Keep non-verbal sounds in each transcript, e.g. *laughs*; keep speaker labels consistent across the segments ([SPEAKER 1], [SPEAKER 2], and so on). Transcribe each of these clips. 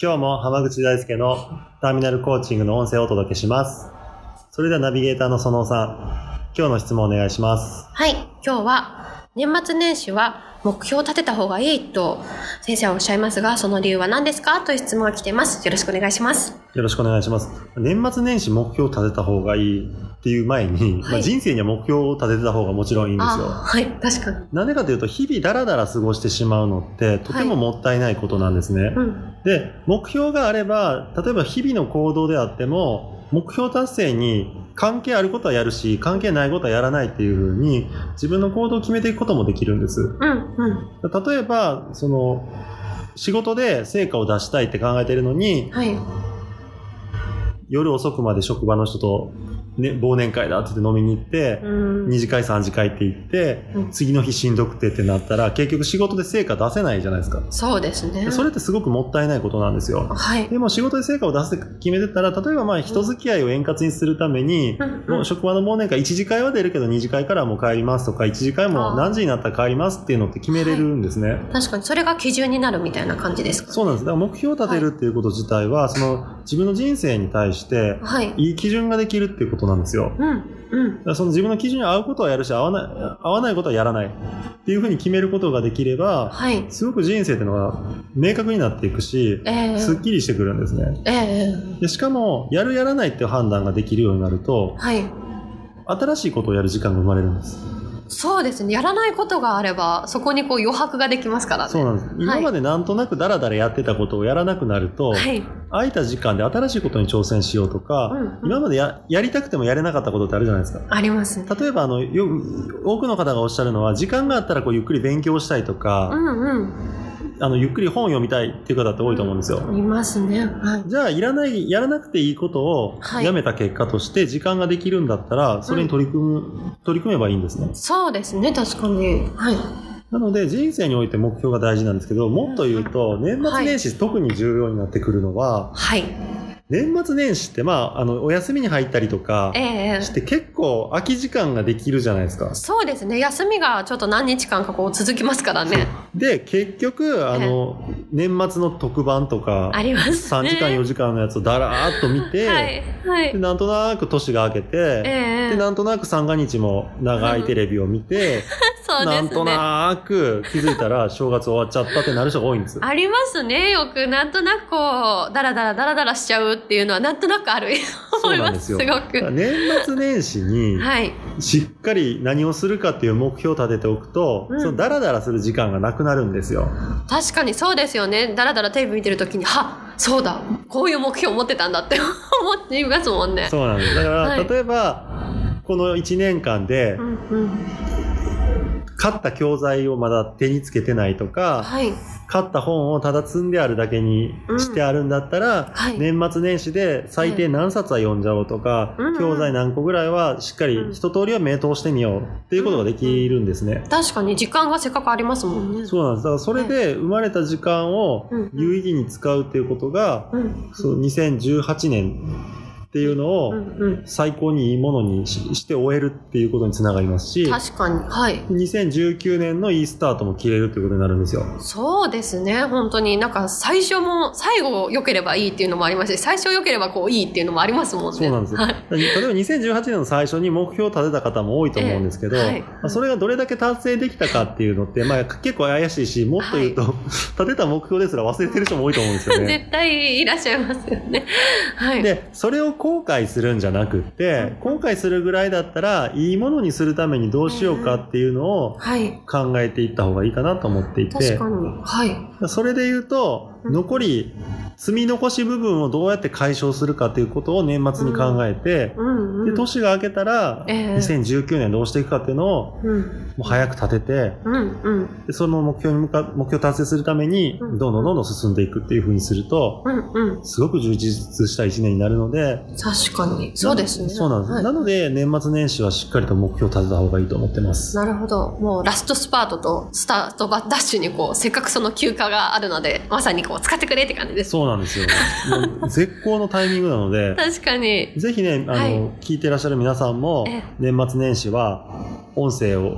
[SPEAKER 1] 今日も浜口大輔のターミナルコーチングの音声をお届けします。それではナビゲーターのそのおさん、今日の質問お願いします。
[SPEAKER 2] はい今日は年末年始は目標を立てた方がいいと先生はおっしゃいますがその理由は何ですかという質問が来てますよろしくお願いします
[SPEAKER 1] よろしくお願いします。年末年始目標を立てた方がいいっていう前に、
[SPEAKER 2] はい
[SPEAKER 1] まあ人生には目標を立ててた方がもちろんいいんです
[SPEAKER 2] あ
[SPEAKER 1] よ。
[SPEAKER 2] はい確かに
[SPEAKER 1] なんでかというと、日々ダラダラ過ごしてしまうのって、とてももったいないことなんですね。
[SPEAKER 2] うん
[SPEAKER 1] で、目標があれば、例えば日々の行動であっても、目標達成に関係あることはやるし、関係ないことはやらないっていうふうに、自分の行動を決めていくこともできるんです。
[SPEAKER 2] うんうん
[SPEAKER 1] 例えば、その、仕事で成果を出したいって考えてるのに、
[SPEAKER 2] はい
[SPEAKER 1] 夜遅くまで職場の人と、ね、忘年会だって言って飲みに行って、
[SPEAKER 2] うん
[SPEAKER 1] 二次会三次会って行って、
[SPEAKER 2] うん
[SPEAKER 1] 次の日しんどくてってなったら、結局仕事で成果出せないじゃないですか。
[SPEAKER 2] そうですね
[SPEAKER 1] それってすごくもったいないことなんですよ。
[SPEAKER 2] はい
[SPEAKER 1] でも仕事で成果を出すって決めてたら、例えばまあ人付き合いを円滑にするために、
[SPEAKER 2] うん
[SPEAKER 1] もう職場の忘年会1次会は出るけど2次会からはもう帰りますとか1次会も何時になったら帰りますっていうのって決めれるんですね。
[SPEAKER 2] 確かにそれが基準になるみたいな感じですか
[SPEAKER 1] そうなんです。だから目標を立てるっていうこと自体は、その自分の人生に対して
[SPEAKER 2] はい
[SPEAKER 1] いい基準ができるっていうことなんですよ。
[SPEAKER 2] うんうん
[SPEAKER 1] だからその自分の基準に合うことはやるし、合わない、合わないことはやらないっていうふうに決めることができれば、
[SPEAKER 2] はい
[SPEAKER 1] すごく人生っていうのは明確になっていくし、
[SPEAKER 2] ええ
[SPEAKER 1] すっきりしてくるんですね。
[SPEAKER 2] ええ
[SPEAKER 1] でしかもやるやらないっていう判断ができるようになると
[SPEAKER 2] はい
[SPEAKER 1] 新しいことをやる時間が生まれるんです
[SPEAKER 2] そうですねやらないことがあればそこにこう余白ができますからね
[SPEAKER 1] そうなんです、今までなんとなくダラダラやってたことをやらなくなると、
[SPEAKER 2] はい、
[SPEAKER 1] 空いた時間で新しいことに挑戦しようとか、
[SPEAKER 2] うんうん
[SPEAKER 1] 今までややりたくてもやれなかったことってあるじゃないですか
[SPEAKER 2] ありますね
[SPEAKER 1] 例えばあのよ多くの方がおっしゃるのは時間があったらこうゆっくり勉強したいと
[SPEAKER 2] う
[SPEAKER 1] か、
[SPEAKER 2] ん
[SPEAKER 1] あのゆっくり本読みたいっていう方って多いと思うんですよ、
[SPEAKER 2] うんいますねはい
[SPEAKER 1] じゃあ、いらない、やらなくていいことを
[SPEAKER 2] はい
[SPEAKER 1] やめた結果として、時間ができるんだったら、それに取り組む、取り組めばいいんですね。
[SPEAKER 2] そうですね確かにはい
[SPEAKER 1] なので、人生において目標が大事なんですけど、もっと言うと、年末年始特に重要になってくるのは、
[SPEAKER 2] はい
[SPEAKER 1] 年末年始って、まあ、あの、お休みに入ったりとか
[SPEAKER 2] え、え
[SPEAKER 1] して結構空き時間ができるじゃないですか。
[SPEAKER 2] そうですね休みがちょっと何日間かこう続きますからね
[SPEAKER 1] で、結局、あの、年末の特番とか、
[SPEAKER 2] あります
[SPEAKER 1] 3
[SPEAKER 2] ね
[SPEAKER 1] 時間4時間のやつをだらーっと見て、
[SPEAKER 2] はいは
[SPEAKER 1] で
[SPEAKER 2] い
[SPEAKER 1] なんとなく年が明けて、
[SPEAKER 2] ええ
[SPEAKER 1] でなんとなく三が日も長いテレビを見て、
[SPEAKER 2] そうで
[SPEAKER 1] な
[SPEAKER 2] す
[SPEAKER 1] ん
[SPEAKER 2] ね
[SPEAKER 1] となく気づいたら正月終わっちゃったってなる人が多いんです。
[SPEAKER 2] ありますねよくなんとなくこうダラダラダラダラしちゃうっていうのはなんとなくある
[SPEAKER 1] *laughs*
[SPEAKER 2] 思います *laughs* す
[SPEAKER 1] だ
[SPEAKER 2] ご
[SPEAKER 1] から
[SPEAKER 2] く
[SPEAKER 1] 年末年始に
[SPEAKER 2] はい
[SPEAKER 1] しっかり何をするかっていう目標を立てておくと、
[SPEAKER 2] うん
[SPEAKER 1] そのダラダラする時間がなくなるんですよ。
[SPEAKER 2] 確かにそうですよねダラダラテレビ見てる時にはそうだこういう目標を持ってたんだって *laughs* 思っていますもんね
[SPEAKER 1] そうなんです。だから、
[SPEAKER 2] はい
[SPEAKER 1] 例えば、この1年間で
[SPEAKER 2] う、んうん
[SPEAKER 1] 買った教材をまだ手につけてないとか、
[SPEAKER 2] はい
[SPEAKER 1] 買った本をただ積んであるだけにしてあるんだったら、
[SPEAKER 2] はい、
[SPEAKER 1] 年末年始で最低何冊は読んじゃおうとか、
[SPEAKER 2] うんうん
[SPEAKER 1] 教材何個ぐらいはしっかり一通りは名刀してみようっていうことができるんですね。
[SPEAKER 2] 確かに時間がせっかくありますもんね
[SPEAKER 1] そうなんです。だからそれで生まれた時間を
[SPEAKER 2] うんうん
[SPEAKER 1] 有意義に使うっていうことが、
[SPEAKER 2] うん
[SPEAKER 1] そう2018年っていうの
[SPEAKER 2] う
[SPEAKER 1] を
[SPEAKER 2] んうん
[SPEAKER 1] 最高にいいものにしして終えるっていうことにつながりますし、
[SPEAKER 2] 確かにはい
[SPEAKER 1] 2019年のいいスタートも切れるということになるんですよ。
[SPEAKER 2] そうですね本当になんか最初も最後良ければいいっていうのもありますし最初良ければこういいっていうのもありますもんね
[SPEAKER 1] そうなんですよ。
[SPEAKER 2] は
[SPEAKER 1] 例
[SPEAKER 2] い
[SPEAKER 1] えば2018年の最初に目標を立てた方も多いと思うんですけど、
[SPEAKER 2] ええはい
[SPEAKER 1] まあそれがどれだけ達成できたかっていうのって、まあ、結構怪しいし、もっと言うと、 *laughs* 立てた目標ですら忘れてる人も多いと思うんです
[SPEAKER 2] *laughs*
[SPEAKER 1] よね。
[SPEAKER 2] 絶対いらっしゃいますよね *laughs* はい
[SPEAKER 1] で、それを後悔するんじゃなくって、後悔するぐらいだったら、いいものにするためにどうしようかっていうのを
[SPEAKER 2] はい
[SPEAKER 1] 考えていった方がいいかなと思ってい
[SPEAKER 2] 確
[SPEAKER 1] て、
[SPEAKER 2] かにはい
[SPEAKER 1] それで言うと、残り、積み残し部分をどうやって解消するかっていうことを年末に考えて、
[SPEAKER 2] うんう
[SPEAKER 1] で
[SPEAKER 2] ん
[SPEAKER 1] 年が明けたら、
[SPEAKER 2] ええ
[SPEAKER 1] 2019年どうしていくかっていうのを
[SPEAKER 2] うん
[SPEAKER 1] もう早く立てて、
[SPEAKER 3] うんうん
[SPEAKER 1] でその目標に向か、目標達成するため
[SPEAKER 3] う
[SPEAKER 1] に、ど
[SPEAKER 3] ん
[SPEAKER 1] んどんどんどん進んでいくっていう風にすると、
[SPEAKER 3] うんうん
[SPEAKER 1] すごく充実した1年になるので、
[SPEAKER 3] 確かにそうですね
[SPEAKER 1] そうなんです。
[SPEAKER 3] はい
[SPEAKER 1] なので、年末年始はしっかりと目標を立てた方がいいと思ってます。
[SPEAKER 3] なるほどもうラストスパートとスタートバッダッシュにこうせっかくその休暇があるのでまさにこう使ってくれって感じです
[SPEAKER 1] そうなんです
[SPEAKER 3] *laughs*
[SPEAKER 1] よ。もう絶好のタイミングなので、
[SPEAKER 3] 確かに
[SPEAKER 1] ぜひね、あの、
[SPEAKER 3] はい
[SPEAKER 1] 聞いてらっしゃる皆さんも
[SPEAKER 3] ええ、
[SPEAKER 1] 年末年始は、音声を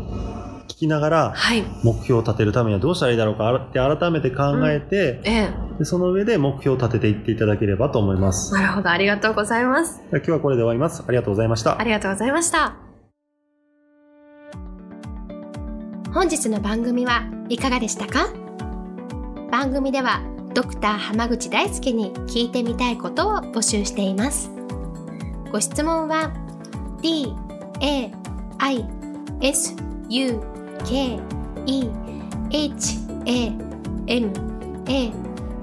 [SPEAKER 1] 聞きながら、
[SPEAKER 3] はい
[SPEAKER 1] 目標を立てるためにはどうしたらいいだろうかあらって改めて考えて、
[SPEAKER 3] ええ
[SPEAKER 1] でその上で目標を立てていっていただければと思います。
[SPEAKER 3] なるほどありがとうございます
[SPEAKER 1] 今日はこれで終わります。ありがとうございました
[SPEAKER 3] あ。りがとうございました本日の番組はいかがでしたか番組ではドクター濱口大輔に聞いてみたいことを募集していますご質問は d a i s u k e h a m a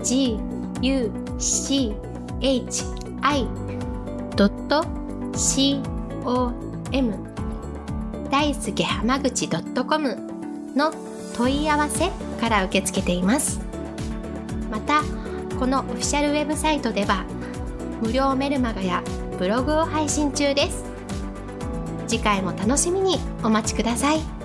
[SPEAKER 3] g u c h i .com 大輔浜口 .com の問い合わせから受け付けていますまたこのオフィシャルウェブサイトでは無料メルマガやブログを配信中です次回も楽しみにお待ちください